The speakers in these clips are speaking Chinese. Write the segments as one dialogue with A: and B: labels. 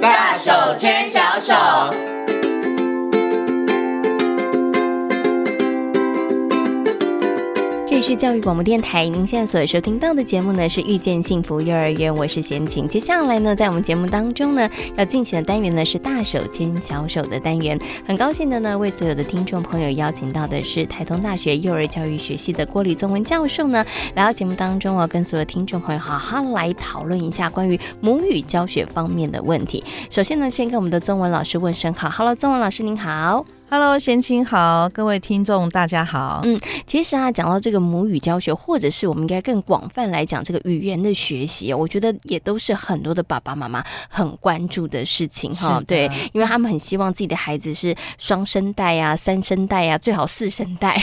A: 大手牵小手。
B: 这里是教育广播电台，您现在所收听到的节目呢是《遇见幸福幼儿园》，我是贤琴。接下来呢，在我们节目当中呢，要进行的单元呢是“大手牵小手”的单元。很高兴的呢，为所有的听众朋友邀请到的是台东大学幼儿教育学系的郭李宗文教授呢，来到节目当中哦，跟所有听众朋友好好来讨论一下关于母语教学方面的问题。首先呢，先跟我们的宗文老师问声好，Hello，宗文老师您好。
C: Hello，贤青好，各位听众大家好。
B: 嗯其实啊，讲到这个母语教学，或者是我们应该更广泛来讲这个语言的学习，我觉得也都是很多的爸爸妈妈很关注的事情
C: 是。
B: 哈
C: 的
B: 对，因为他们很希望自己的孩子是双声带啊、三声带啊，最好四声 带，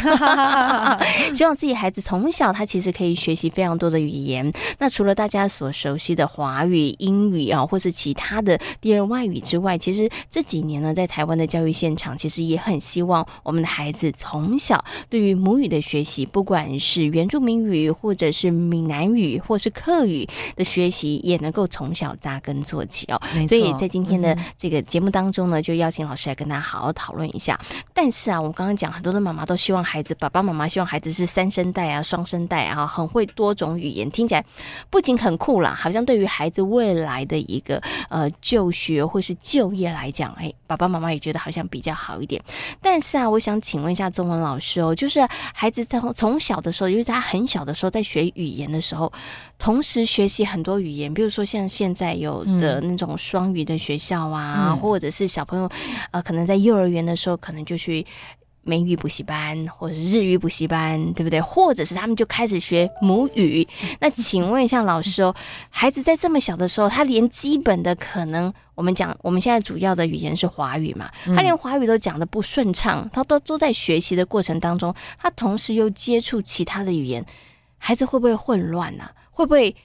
B: 希望自己孩子从小他其实可以学习非常多的语言。那除了大家所熟悉的华语、英语啊，或是其他的第二外语之外，其实这几年呢，在台湾的教育现场，其实也很希望我们的孩子从小对于母语的学习，不管是原住民语，或者是闽南语，或是客语的学习，也能够从小扎根做起哦。
C: 没错嗯
B: 所以在今天的这个节目当中呢，就邀请老师来跟大家好好讨论一下。但是啊，我刚刚讲，很多的妈妈都希望孩子，爸爸妈妈希望孩子是三声带啊、双声带啊，很会多种语言，听起来不仅很酷啦，好像对于孩子未来的一个呃就学或是就业来讲，哎，爸爸妈妈也觉得好像比较好一点。但是啊，我想请问一下中文老师哦，就是孩子在从从小的时候，因为他很小的时候在学语言的时候，同时学习很多语言，比如说像现在有的那种双语的学校啊，
C: 嗯
B: 或者是小朋友呃，可能在幼儿园的时候，可能就去美语补习班或者是日语补习班，对不对？或者是他们就开始学母语。那请问一下老师哦，孩子在这么小的时候，他连基本的可能，我们讲我们现在主要的语言是华语嘛，他连华语都讲的不顺畅，他都都在学习的过程当中，他同时又接触其他的语言，孩子会不会混乱呢、会不会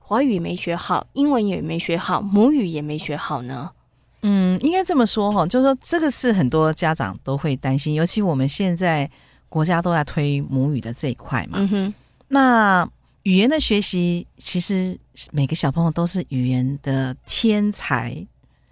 B: 华语没学好，英文也没学好，母语也没学好呢？
C: 嗯，应该这么说哈，就是说这个是很多家长都会担心，尤其我们现在国家都在推母语的这一块嘛。
B: 嗯哼，
C: 那语言的学习，其实每个小朋友都是语言的天才，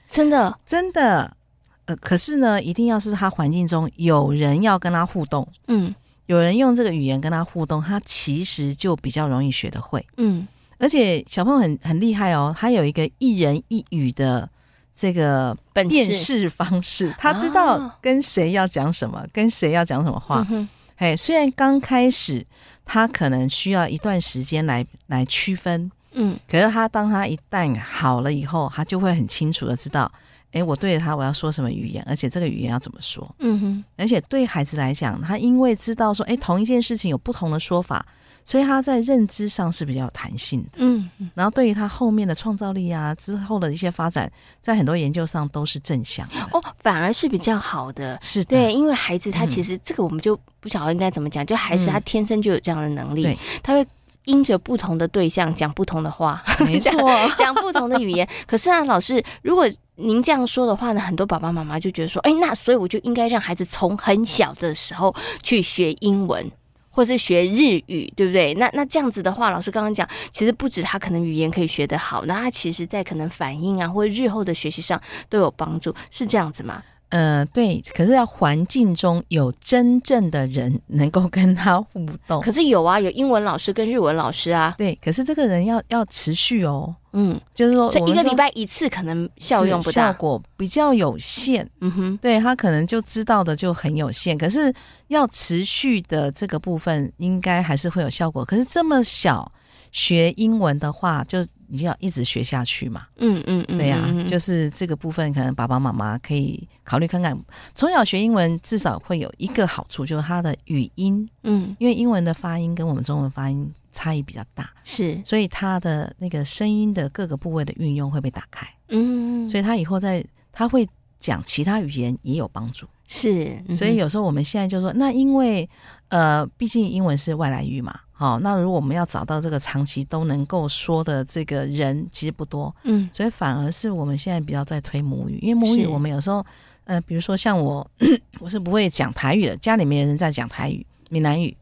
B: 真的，
C: 真的。呃，可是呢，一定要是他环境中有人要跟他互动，
B: 嗯
C: 有人用这个语言跟他互动，他其实就比较容易学得会。
B: 嗯。
C: 而且小朋友很很厉害哦，他有一个一人一语的这个
B: 本
C: 辨
B: 事
C: 识方式，他知道跟谁要讲什么，跟谁要讲什么话
B: 嗯。哼
C: 嘿，虽然刚开始他可能需要一段时间来来区分，
B: 嗯
C: 可是他当他一旦好了以后，他就会很清楚的知道，诶，我对着他我要说什么语言，而且这个语言要怎么说。
B: 嗯哼，
C: 而且对孩子来讲，他因为知道说，诶，同一件事情有不同的说法，所以他在认知上是比较有弹性的。
B: 嗯
C: 然后对于他后面的创造力啊，之后的一些发展，在很多研究上都是正向 的。
B: 哦，反而是比较好的。
C: 是的，
B: 对，因为孩子他
C: 嗯
B: 其实、这个我们就不晓得应该怎么讲，就孩子他
C: 嗯
B: 天生就有这样的能力，
C: 对
B: 他会因着不同的对象讲不同的话，
C: 没错，
B: 讲不同的 语言。可是啊，老师，如果您这样说的话呢，很多爸爸妈妈就觉得说，哎，那所以我就应该让孩子从很小的时候去学英文。或是学日语，对不对？那那这样子的话，老师刚刚讲，其实不止他可能语言可以学得好，那他其实在可能反应啊，或者日后的学习上都有帮助，是这样子吗？
C: 呃，对。可是，在环境中有真正的人能够跟他互动，
B: 可是有啊，有英文老师跟日文老师啊，
C: 对。可是这个人要要持续哦，
B: 嗯，
C: 就是说，
B: 所以一个礼
C: 拜
B: 拜一次可能效用不
C: 效
B: 大。
C: 果比较有限。
B: 嗯哼，
C: 对他可能就知道的就很有限，可是要持续的这个部分应该还是会有效果。可是这么小学英文的话，就你就要一直学下去嘛。
B: 嗯嗯嗯，
C: 对呀、
B: 嗯嗯
C: 就是这个部分，可能爸爸妈妈可以考虑看看。从小学英文至少会有一个好处，就是它的语音，
B: 嗯
C: 因为英文的发音跟我们中文发音差异比较大，
B: 是
C: 所以它的那个声音的各个部位的运用会被打开，
B: 嗯，
C: 所以他以后在他会讲其他语言也有帮助。
B: 是，嗯
C: 所以有时候我们现在就说，那因为呃，毕竟英文是外来语嘛，好、那如果我们要找到这个长期都能够说的这个人，其实不多，
B: 嗯
C: 所以反而是我们现在比较在推母语，因为母语
B: 是
C: 我们有时候，呃， 比如说像我，我是不会讲台语的，家里面有人在讲台语、闽南语，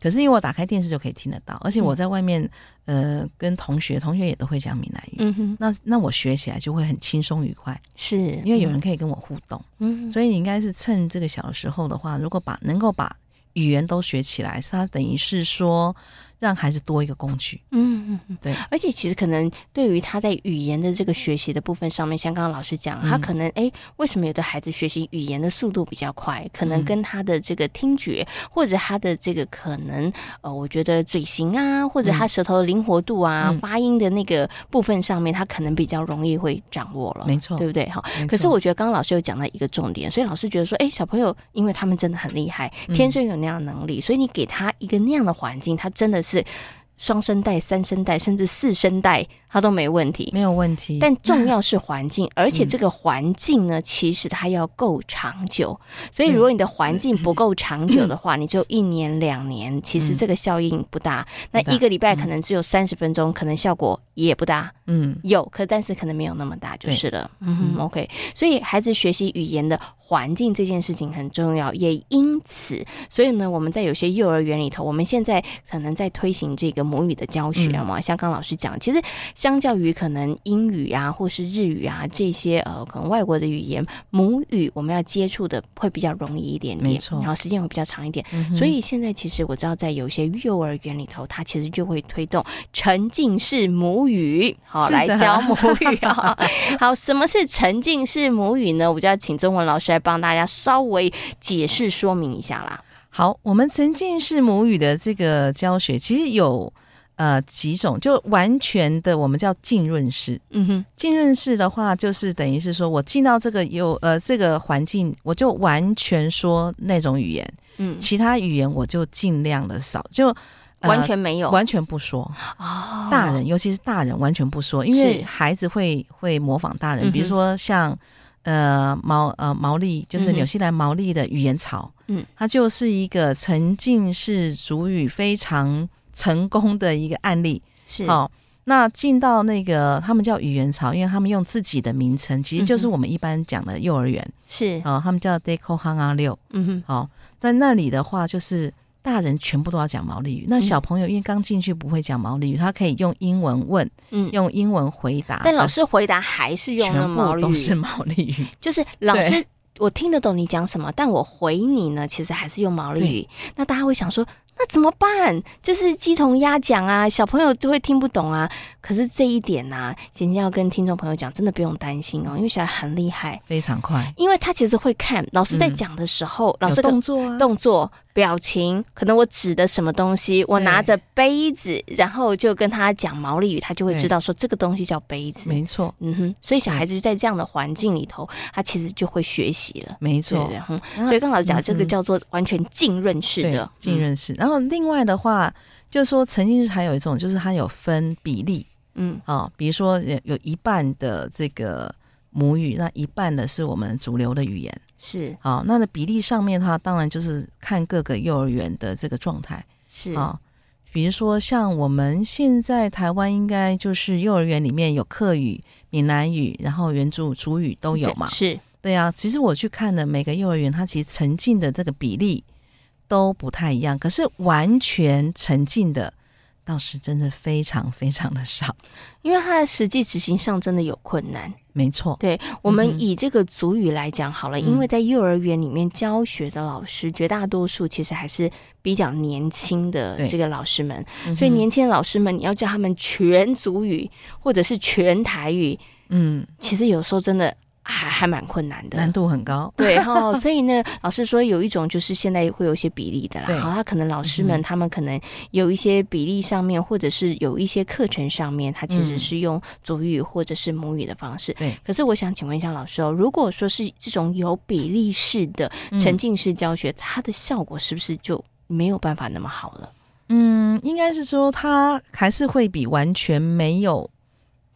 C: 可是因为我打开电视就可以听得到，而且我
B: 嗯
C: 在外面，呃，跟同学，同学也都会讲闽南语，
B: 嗯哼，
C: 那那我学起来就会很轻松愉快，
B: 是
C: 因为有人可以跟我互动，
B: 嗯，
C: 所以你应该是趁这个小时候的话，如果把能够把语言都学起来，它等于是说让孩子多一个工具。
B: 嗯嗯嗯，
C: 对。
B: 而且其实可能对于他在语言的这个学习的部分上面，像刚刚老师讲，
C: 嗯
B: 他可能诶，为什么有的孩子学习语言的速度比较快？可
C: 嗯
B: 能跟他的这个听觉，或者他的这个可能呃，我觉得嘴型啊，或者他舌头的灵活度啊，
C: 嗯
B: 发音的那个部分上面，他可能比较容易会掌握了。
C: 没错
B: 对不对？哈，
C: 没错
B: 可是我觉得刚刚老师有讲到一个重点，所以老师觉得说，哎，小朋友，因为他们真的很厉害，
C: 嗯
B: 天生有那样的能力，所以你给他一个那样的环境，他真的是双声带、三声带，甚至四声带，他都没问题。
C: 没有问题，
B: 嗯
C: 嗯
B: 但重要是环境，而且这个环境呢，其实它要够长久。所以，如果你的环境不够长久的
C: 嗯
B: 话，你就一年两年，其实这个效应不大。那
C: 不大
B: 一个礼拜可能只有三十分钟，可能效果也不大。
C: 嗯，
B: 有，可但是可能没有那么大，就
C: 对
B: 是了。嗯哼，OK。所以孩子学习语言的环境这件事情很重要，也因此，所以呢，我们在有些幼儿园里头，我们现在可能在推行这个母语的教学
C: 嗯
B: 嘛，像刚老师讲，其实相较于可能英语啊，或是日语啊这些呃，可能外国的语言，母语我们要接触的会比较容易一点点，
C: 没错
B: 然后时间会比较长一点。所以现在其实我知道，在有一些幼儿园里头，它其实就会推动沉浸式母语，好
C: 是的
B: 来教母 语啊。好，什么是沉浸式母语呢？我就要请中文老师来帮大家稍微解释说明一下啦。
C: 好，我们沉浸式母语的这个教学，其实有呃几种，就完全的我们叫浸润式。
B: 嗯哼，
C: 浸润式的话，就是等于是说我进到这个有呃这个环境，我就完全说那种语言，
B: 嗯，
C: 其他语言我就尽量的少，就、呃
B: 完全没有
C: 完全不说。
B: 哦
C: 大人，尤其是大人，完全不说，因为
B: 是
C: 孩子会会模仿大
B: 嗯
C: 人，
B: 哼
C: 比如说像。呃，毛呃毛利就是
B: 嗯哼
C: 纽西兰毛利的语言潮，
B: 嗯，
C: 它就是一个沉浸式主语非常成功的一个案例。
B: 是
C: 好、那进到那个他们叫语言潮，因为他们用自己的名称，其实就是
B: 嗯哼嗯
C: 我们一般讲的幼儿园，
B: 是，
C: 哦，他们叫 Deco h a n a 六，
B: 嗯哼，
C: 好、在那里的话就是大人全部都要讲毛利
B: 嗯
C: 语，那小朋友因为刚进去不会讲毛利语，他可以用英文问，
B: 嗯。
C: 用英文回答，
B: 但老
C: 可是
B: 师回答还是用那
C: 全
B: 毛
C: 部
B: 利
C: 都是
B: 语，
C: 毛利语，
B: 就是老师
C: 对。
B: 我听得懂你讲什么，但我回你呢，其实还是用毛利语。那大家会想说，那怎么办？就是鸡同鸭讲啊，小朋友就会听不懂啊。可是这一点呢、啊，贤贤要跟听众朋友讲，真的不用担心哦，因为小孩很厉害，
C: 非常快，
B: 因为他其实会看老师在
C: 嗯
B: 讲的时候，老
C: 有
B: 师跟
C: 动作啊，
B: 动作、表情，可能我指的什么东西，我
C: 对
B: 拿着杯子，然后就跟他讲毛利语，他就会
C: 对
B: 知道说这个东西叫杯子。
C: 没错，
B: 嗯哼，所以小孩子就在这样的环境里头，他其实就会学习了。
C: 没
B: 对
C: 错，
B: 对，嗯
C: 那
B: 所以刚老师讲，
C: 嗯
B: 这个叫做完全浸润式
C: 对
B: 的，嗯
C: 浸，润式。然后另外的话，就是说曾经还有一种，就是它有分比例
B: 嗯
C: 啊、哦，比如说有有一半的这个母语，那一半的是我们主流的语言。
B: 嗯，是
C: 好，那的比例上面的话，当然就是看各个幼儿园的这个状态
B: 是，
C: 啊。比如说，像我们现在台湾应该就是幼儿园里面有客语、闽南语，然后原住主语都有嘛。
B: 是，
C: 对啊，其实我去看了每个幼儿园，它其实沉浸的这个比例都不太一样，可是完全沉浸的倒是真的非常非常的少。
B: 因为他的实际执行上真的有困难。
C: 没错，
B: 对我们
C: 嗯
B: 以这个族语来讲好了，因为在幼儿园里面教学的老师，绝大多数其实还是比较年轻的
C: 对嗯
B: 这个老师们，所以年轻的老师们，你要叫他们全族语或者是全台语，
C: 嗯，
B: 其实有时候真的还还蛮困难的。
C: 难度很高。
B: 对哈、所以呢，老师说有一种就是现在会有一些比例的啦，
C: 对嗯
B: 好，他可能老师们、他们可能有一些比例上面，或者是有一些课程上面，他其实
C: 嗯
B: 是用主语或者是母语的方式。
C: 对
B: 可是我想请问一下老师哦，如果说是这种有比例式的
C: 嗯
B: 沉浸式教学，它的效果是不是就没有办法那么好了？
C: 嗯，应该是说它还是会比完全没有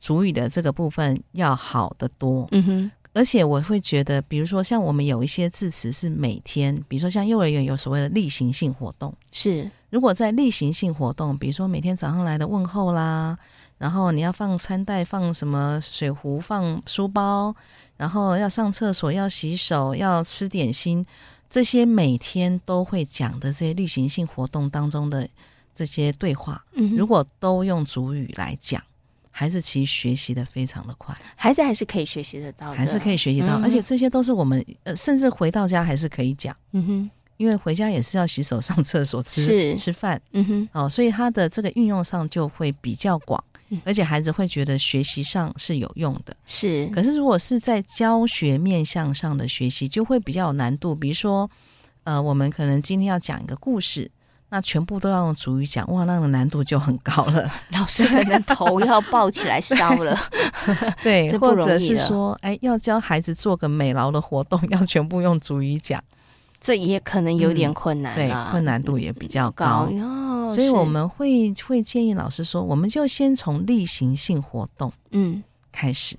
C: 主语的这个部分要好得多。
B: 嗯哼，
C: 而且我会觉得，比如说像我们有一些字词是每天，比如说像幼儿园有所谓的例行性活动。
B: 是
C: 如果在例行性活动，比如说每天早上来的问候啦，然后你要放餐袋、放什么水壶、放书包，然后要上厕所、要洗手、要吃点心，这些每天都会讲的这些例行性活动当中的这些对话，
B: 嗯
C: 如
B: 哼，
C: 果都用主语来讲，孩子其实学习的非常的快，
B: 孩子还是可以学习得到的，
C: 还是可以学习到，
B: 嗯
C: 而且这些都是我们呃，甚至回到家还是可以讲，
B: 嗯哼，
C: 因为回家也是要洗手、上厕所、
B: 是
C: 吃吃饭
B: 嗯哼，
C: 哦，所以它的这个运用上就会比较广
B: 嗯，
C: 而且孩子会觉得学习上是有用的。
B: 是，
C: 可是如果是在教学面向上的学习，就会比较有难度。比如说，呃，我们可能今天要讲一个故事，那全部都要用主语讲，哇，那个难度就很高 了。
B: 老师可能头要抱起来烧了，
C: 对，
B: 这不
C: 或
B: 容易
C: 者是
B: 了
C: 说，哎，要教孩子做个美劳的活动， 要全部用主语讲，
B: 这也可能有点困难
C: 嗯对
B: 了，，
C: 困难度也比较
B: 哎高
C: 高。
B: 哟。
C: 所以
B: 是
C: 我们会会建议老师说，我们就先从例行性活动
B: 嗯，
C: 开始。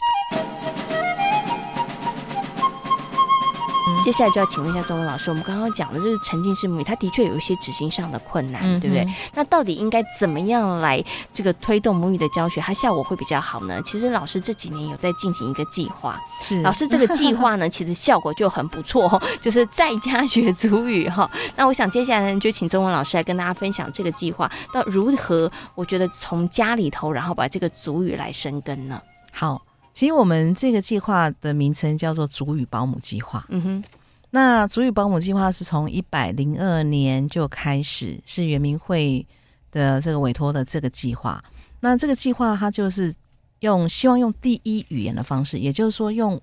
B: 接下来就要请问一下中文老师，我们刚刚讲的这个沉浸式母语，它的确有一些执行上的困难，对不对？
C: 嗯哼？
B: 那到底应该怎么样来这个推动母语的教学，它效果会比较好呢？其实老师这几年有在进行一个计划，
C: 是
B: 老师这个计 划呢，其实效果就很不错、哦， 就是在家学主语哈、那我想接下来呢，就请中文老师来跟大家分享这个计划到如何，我觉得从家里头，然后把这个主语来生根呢？
C: 好，其实我们这个计划的名称叫做“主语保姆计划”。
B: 嗯哼，
C: 那主语保姆计划是从一百零二年就开始，是圆明会的这个委托的这个计划。那这个计划它就是用希望用第一语言的方式，也就是说用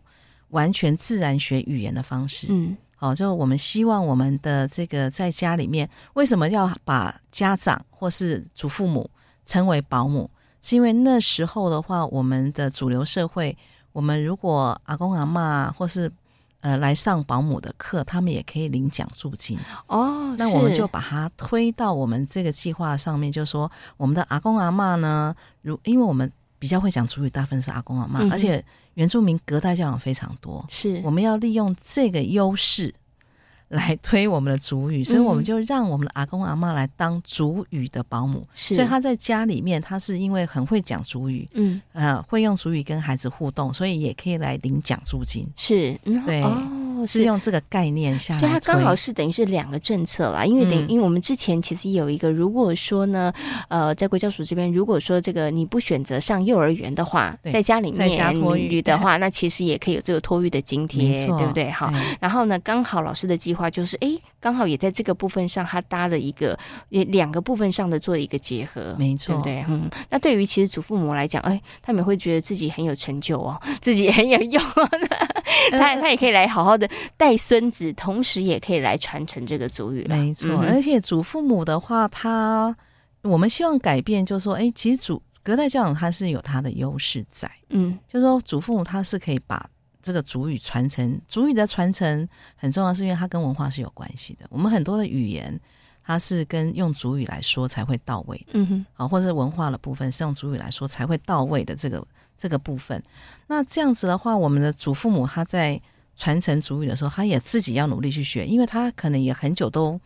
C: 完全自然学语言的方式。
B: 嗯，
C: 好、就我们希望我们的这个在家里面，为什么要把家长或是祖父母称为保姆？是因为那时候的话，我们的主流社会，我们如果阿公阿妈或是呃来上保姆的课，他们也可以领奖助金。
B: 哦，
C: 那我们
B: 是
C: 就把它推到我们这个计划上面，就说我们的阿公阿妈呢，如因为我们比较会讲主语，大部分是阿公阿妈，
B: 嗯哼
C: 而且原住民隔代教养非常多，
B: 是
C: 我们要利用这个优势来推我们的主
B: 嗯
C: 语，所以我们就让我们的阿公阿妈来当主语的保姆。
B: 是，
C: 所以他在家里面，他是因为很会讲主语，
B: 嗯
C: 呃，会用主语跟孩子互动，所以也可以来领奖助金，
B: 是，嗯
C: 对
B: 哦
C: 是用这个概念下来
B: 所
C: 推。
B: 以它刚好是等于是两个政策啦，因为等于、
C: 嗯
B: 因为我们之前其实有一个，如果说呢，呃，在国教署这边，如果说这个你不选择上幼儿园的话，
C: 对
B: 在家里
C: 在家
B: 面
C: 托
B: 你
C: 育
B: 的 话，那其实也可以有这个托育的津贴
C: 没，错，哎
B: 对不对？好。然后呢，刚好老师的计划就是，诶，刚好也在这个部分上，他搭了一个也两个部分上的做一个结合，
C: 没
B: 对
C: 错，
B: 不对？嗯，那对于其实祖父母来讲，哎，他们也会觉得自己很有成就哦，自己很有 用哦，他
C: 呃
B: 他也可以来好好的带孙子，同时也可以来传承这个祖语啦。
C: 没错，哎
B: 嗯哼
C: 而且祖父母的话，他我们希望改变，就是说，哎，其实祖隔代教养它是有它的优势在，
B: 嗯，
C: 就是说祖父母他是可以把这个主语传承，主语的传承很重要，是因为它跟文化是有关系的。我们很多的语言，它是跟用主语来说才会到位的
B: 嗯哼，
C: 啊，或者是文化的部分是用主语来说才会到位的这个这个部分。那这样子的话，我们的祖父母他在传承主语的时候，他也自己要努力去学，因为他可能也很久都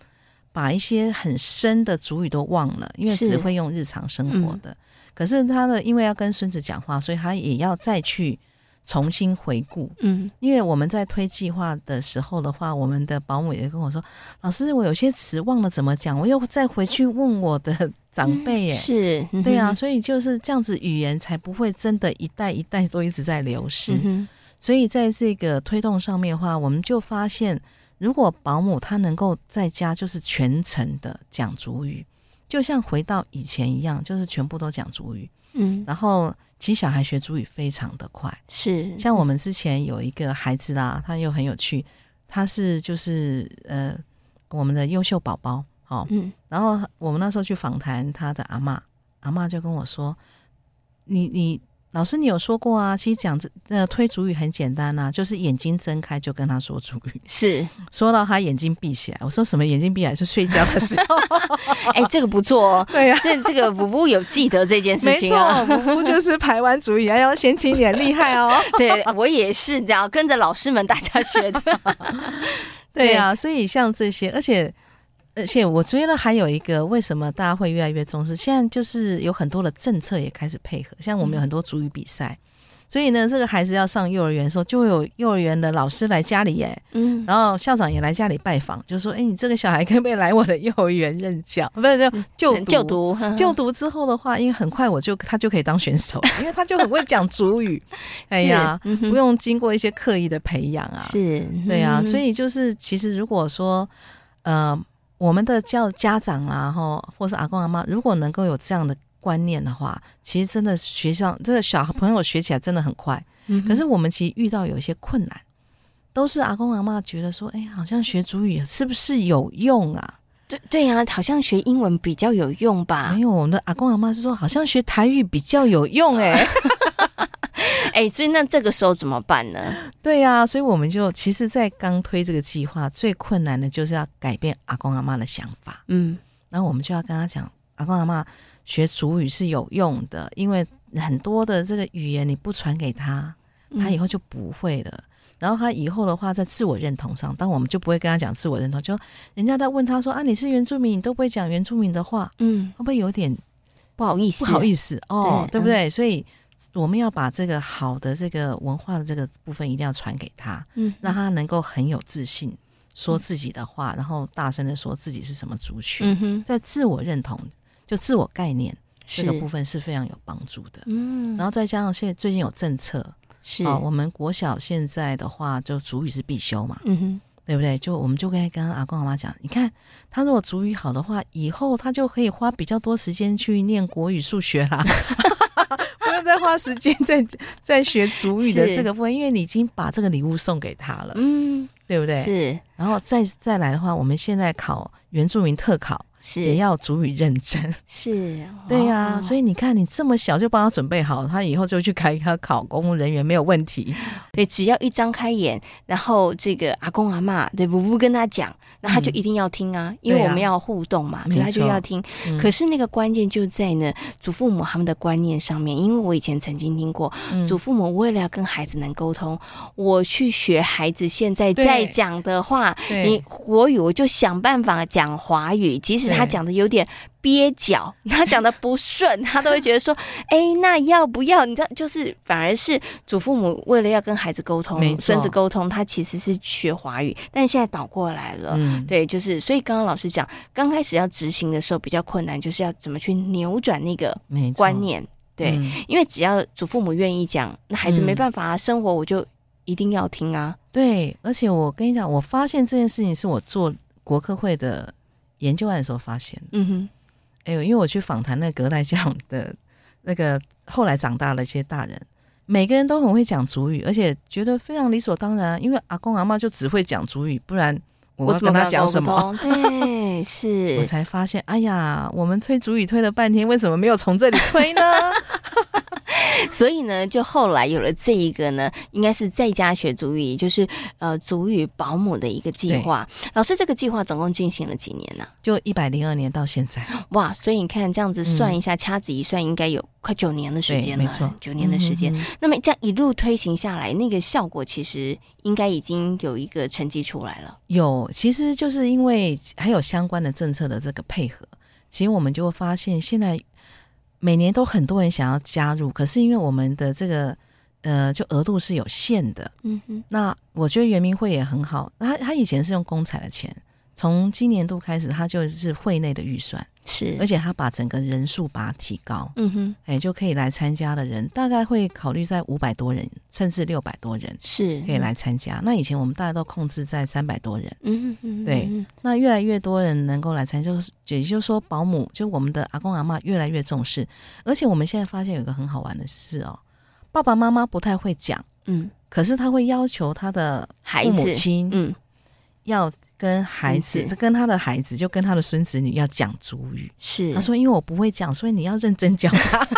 C: 把一些很深的主语都忘了，因为
B: 是嗯
C: 只会用日常生活的。可是他的因为要跟孙子讲话，所以他也要再去重新回顾。
B: 嗯，
C: 因为我们在推计划的时候的话，我们的保姆也跟我说：“老师，我有些词忘了怎么讲，我又再回去问我的长辈耶。
B: 是，嗯哼
C: 对啊，，所以就是这样子，语言才不会真的一代一代都一直在流失。
B: 嗯哼，
C: 所以在这个推动上面的话，我们就发现，如果保姆她能够在家就是全程的讲主语，就像回到以前一样，就是全部都讲主语，
B: 嗯，
C: 然后其实小孩学主语非常的快。
B: 是，
C: 像我们之前有一个孩子啦，他又很有趣，他是就是呃我们的优秀宝宝，哦好、
B: 嗯，
C: 然后我们那时候去访谈他的阿嬷，阿嬷就跟我说：“你你老师你有说过啊，其实讲这呃推主语很简单啊，就是眼睛睁开就跟他说主语，
B: 是，
C: 说到他眼睛闭起来。”我说：“什么眼睛闭起来？就睡觉的时候。
B: 哎，这个不错哦
C: 。对啊呀、
B: 这这个五五有记得这件 事
C: 没
B: 情啊，
C: 错，不不就是排完主语，还要先轻一点，厉害哦。
B: 对我也是这样，跟着老师们大家 学的。
C: 对呀、所以像这些，而且而且我觉得还有一个，为什么大家
B: 嗯
C: 会越来越重视？现在就是有很多的政策也开始配合，像我们有很多主语比赛，所以呢，这个孩子要上幼儿园的时候，就会有幼儿园的老师来家里耶，
B: 嗯，
C: 然后校长也来家里拜访，就说：“哎，你这个小孩可不可以来我的幼儿园任教？ 不是就就
B: 嗯就读
C: 就读之后的话，因为很快我就他就可以当选手，因为他就很会讲主 语。哎呀，
B: 嗯哼
C: 不用经过一些刻意的培养啊。
B: 是，
C: 对啊，
B: 嗯
C: 所以就是其实如果说，呃，我们的教家长啦，吼，或是阿公阿妈，如果能够有这样的观念的话，其实真的学校这个小朋友学起来真的很快。
B: 嗯哼
C: 可是我们其实遇到有一些困难，都是阿公阿妈觉得说，哎，好像学主语是不是有用啊？
B: 对对呀、好像学英文比较有用吧
C: 没？有，我们的阿公阿妈是说，好像学台语比较有用、
B: 啊
C: 诶。哎。
B: 哎、所以那这个时候怎么办呢？
C: 对呀、所以我们就其实，在刚推这个计划，最困难的就是要改变阿公阿妈的想法。
B: 嗯，
C: 然后我们就要跟他讲，阿公阿妈学主语是有用的，因为很多的这个语言你不传给他，
B: 嗯
C: 他以后就不会了。然后他以后的话，在自我认同上，但我们就不会跟他讲自我认同，就人家在问他说啊，你是原住民，你都不会讲原住民的话，
B: 嗯，
C: 会不会有点
B: 不好意思，
C: 不好
B: 思，
C: 意思哦，
B: 对
C: 对不对？所以我们要把这个好的这个文化的这个部分一定要传给他，
B: 嗯，
C: 让他能够很有自信说自己的话，然后大声的说自己是什么族群，
B: 嗯哼，
C: 在自我认同就自我概念这
B: 是
C: 个部分是非常有帮助的。
B: 嗯，
C: 然后再加上现在最近有政策
B: 是，
C: 啊、我们国小现在的话就主语是必修嘛，
B: 嗯哼，
C: 对不对？就我们就跟刚刚阿公阿妈讲，你看他如果主语好的话，以后他就可以花比较多时间去念国语、数学啦， 不用再花时间在在学主语的
B: 是
C: 这个部分，因为你已经把这个礼物送给他了，
B: 嗯，
C: 对不对？
B: 是
C: 然后再再来的话，我们现在考原住民特考也
B: 是
C: 要主语认证，
B: 是，哦
C: 对呀、所
B: 以
C: 以你看你这么小就帮他准备好，他以后就去开他考公务人员没有问题。
B: 对，只要一张开眼，然后这个阿公阿妈对不不跟他讲，那
C: 嗯
B: 他就一定要听啊，因为
C: 对
B: 我
C: 啊
B: 们要互动嘛，
C: 没
B: 对，他就
C: 错
B: 要听。
C: 嗯
B: 可是那个关键就在呢，祖父母他们的观念上面，因为我以前曾经听过，
C: 嗯
B: 祖父母为了要跟孩子能沟通，我去学孩子现在
C: 对
B: 在讲的话，
C: 对
B: 你国语我就想办法讲华语，即使他
C: 对
B: 讲的有点蹩脚， 他讲的不顺，他都会觉得说，哎，那要不要？你知道，就是反而是祖父母为了要跟孩子沟通
C: 没、错
B: 孙子沟通，他其实是学华语，但现在倒过来了，
C: 嗯，
B: 对，就是所以刚刚老师讲，刚开始要执行的时候比较困难，就是要怎么去扭转那个
C: 没错
B: 观念。对，
C: 嗯
B: 因为只要祖父母愿意讲，那孩子
C: 嗯
B: 没办法啊，生活我就一定要听啊。
C: 对，而且我跟你讲，我发现这件事情是我做国科会的研究案的时候发现的。
B: 嗯哼，
C: 哎呦，因为我去访谈那个隔代教养的那个后来长大了一些大人，每个人都很会讲主语，而且觉得非常理所当然啊，因为阿公阿妈就只会讲主语，不然我要
B: 怎么
C: 跟他
B: 能
C: 讲
B: 沟
C: 什么？
B: 通？ 对，
C: 我
B: 是
C: 才发现，哎呀，我们推主语推了半天，为什么没有从这里推呢？
B: 所以呢，就后来有了这一个呢，应该是在家学足语，就是呃足语保姆的一个计划。老师，这个计划总共进行了几年呢、
C: 就一百零二年到现在，
B: 哇，所以你看这样子算一下，掐指一算，应该有快九年的时
C: 对，
B: 间了，
C: 没错，
B: 九年的时间。
C: 嗯哼哼
B: 那么这样一路推行下来，那个效果其实应该已经有一个成绩出来了。
C: 有，其实就是因为还有相关的政策的这个配合，其实我们就会发现，现在每年都很多人想要加入，可是因为我们的这个呃，就额度是有限的。
B: 嗯哼，
C: 那我觉得圆明会也很好，他他以前是用公彩的钱，从今年度开始，他就是会内的预算，
B: 是，
C: 而且他把整个人数把它提高，
B: 嗯哼，
C: 哎，就可以来参加的人大概会考虑在五百多人，甚至六百多人
B: 是
C: 可以，来参加。那以前我们大家都控制在三百多人。
B: 嗯哼，
C: 对
B: 嗯
C: 那越来越多人能够来参加，就是也就是说，保姆就我们的阿公阿妈越来越重视，而且我们现在发现有一个很好玩的事哦，爸爸妈妈不太会讲，
B: 嗯，
C: 可是他会要求他的
B: 孩
C: 父母
B: 子，
C: 亲
B: 嗯，
C: 要跟孩
B: 孩
C: 子，
B: 子
C: 跟他的孩子，就跟他的孙子女要讲主语。
B: 是，
C: 他说：“因为我不会讲，所以你要认真教他。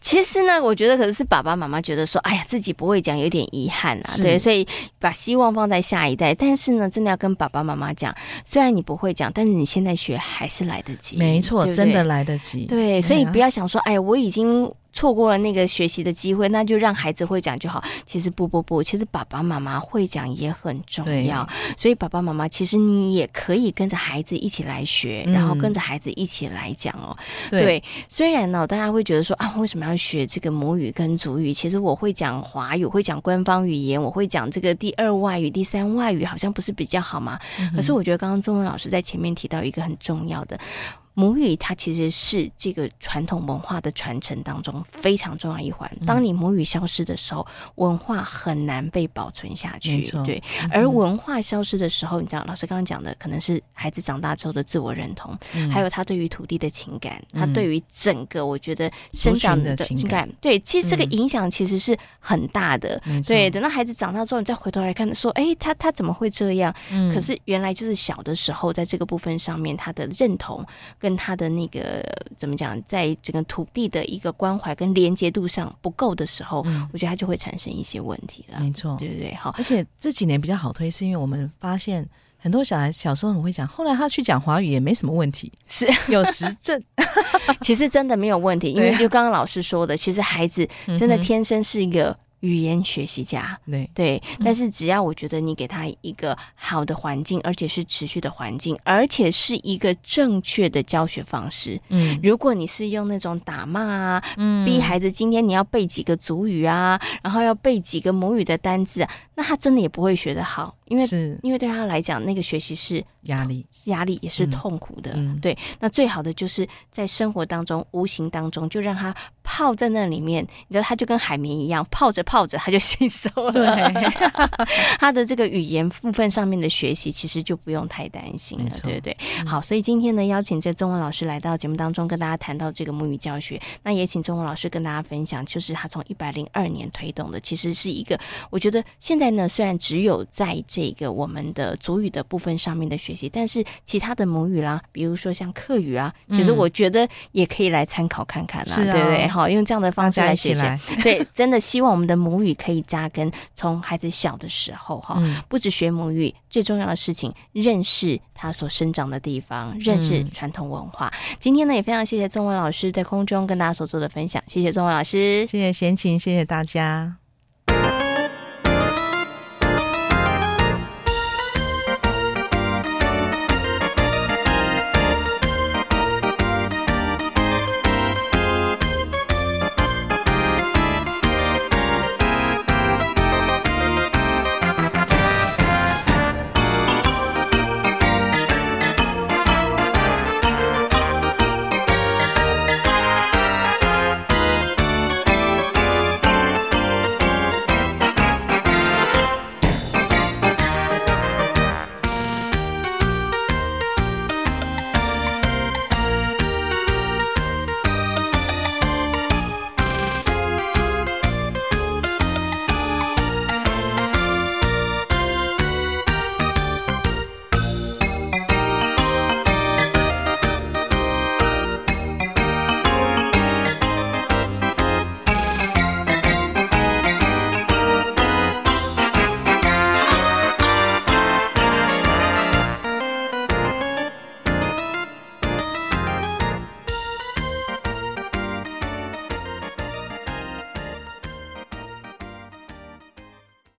B: 其实呢，我觉得可能是爸爸妈妈觉得说，哎呀，自己不会讲，有点遗憾啊，
C: 是
B: 对，所以把希望放在下一代。但是呢，真的要跟爸爸妈妈讲，虽然你不会讲，但是你现在学还是来得”及，
C: 没错，
B: 对不对
C: 真的来得及。啊
B: 对，所以不要想说，哎，我已经错过了那个学习的机会，那就让孩子会讲就好。其实不不不，其实爸爸妈妈会讲也很重
C: 对
B: 要。所以爸爸妈妈，其实你也可以跟着孩子一起来学，
C: 嗯
B: 然后跟着孩子一起来讲哦。
C: 对，
B: 虽然呢、大家会觉得说啊，为什么要学这个母语跟主语？其实我会讲华语，我会讲官方语言，我会讲这个第二外语、第三外语，好像不是比较好吗？
C: 嗯
B: 可是我觉得刚刚中文老师在前面提到一个很重要的。母语它其实是这个传统文化的传承当中非常重要一环。
C: 嗯
B: 当你母语消失的时候，文化很难被保存下去
C: 没。错嗯
B: 对，而文化消失的时候，你知道，老师刚刚讲的可能是孩子长大之后的自我认同，还
C: 嗯
B: 有他对于土地的情感，他对于整个我觉得生长
C: 族群的情
B: 情
C: 感嗯
B: 感，对，其实这个影响其实是很大的。
C: 没错，
B: 对，等到孩子长大之后，你再回头来看，说，哎，他他怎么会这样？
C: 嗯
B: 可是原来就是小的时候，在这个部分上面，他的认同跟他的那个怎么讲，在整个土地的一个关怀跟连接度上不够的时候，我觉得他就会产生一些问题了，
C: 嗯没错，
B: 对不对？好，
C: 而且这几年比较好推，是因为我们发现很多小孩小时候很会讲，后来他去讲华语也没什么问 题，
B: 是
C: 有实证。
B: 其实真的没有问题，因为
C: 对啊嗯
B: 就刚刚老师说的，其实孩子真的天生是一个语言学习家。
C: 对，
B: 对，
C: 嗯
B: 但是只要我觉得你给他一个好的环境，而且是持续的环境，而且是一个正确的教学方式。
C: 嗯，
B: 如果你是用那种打骂啊，逼孩子今天你要背几个族语啊，然后要背几个母语的单字、啊，那他真的也不会学得好，因为
C: 是
B: 因为对他来讲，那个学习是
C: 压力，
B: 压力也是痛苦的，
C: 嗯嗯
B: 对。那最好的就是在生活当中、无形当中就让它泡在那里面，你知道，它就跟海绵一样，泡着泡着它就吸收 了。
C: 对，
B: 他的这个语言部分上面的学习，其实就不用太担心了
C: 没，错嗯
B: 对不对？好，所以今天呢，邀请这中文老师来到节目当中，跟大家谈到这个母语教学。那也请中文老师跟大家分享，就是他从一百零二年推动的，其实是一个我觉得现在呢，虽然只有在这个我们的主语的部分上面的学习，但是其他的母语啦，比如说像客语啊，其实我觉得也可以来参考看看啦，
C: 是啊
B: 对不对？好，用这样的
C: 大
B: 方式
C: 家
B: 来
C: 一
B: 学
C: 起
B: 习。
C: 来，
B: 对，真的希望我们的母语可以扎根，从孩子小的时候哈，
C: 嗯
B: 不止学母语，最重要的事情，认识他所生长的地方，认识传统文化。今天呢，也非常谢谢中文老师在空中跟大家所做的分享，谢谢中文老师，
C: 谢谢贤琴，谢谢大家。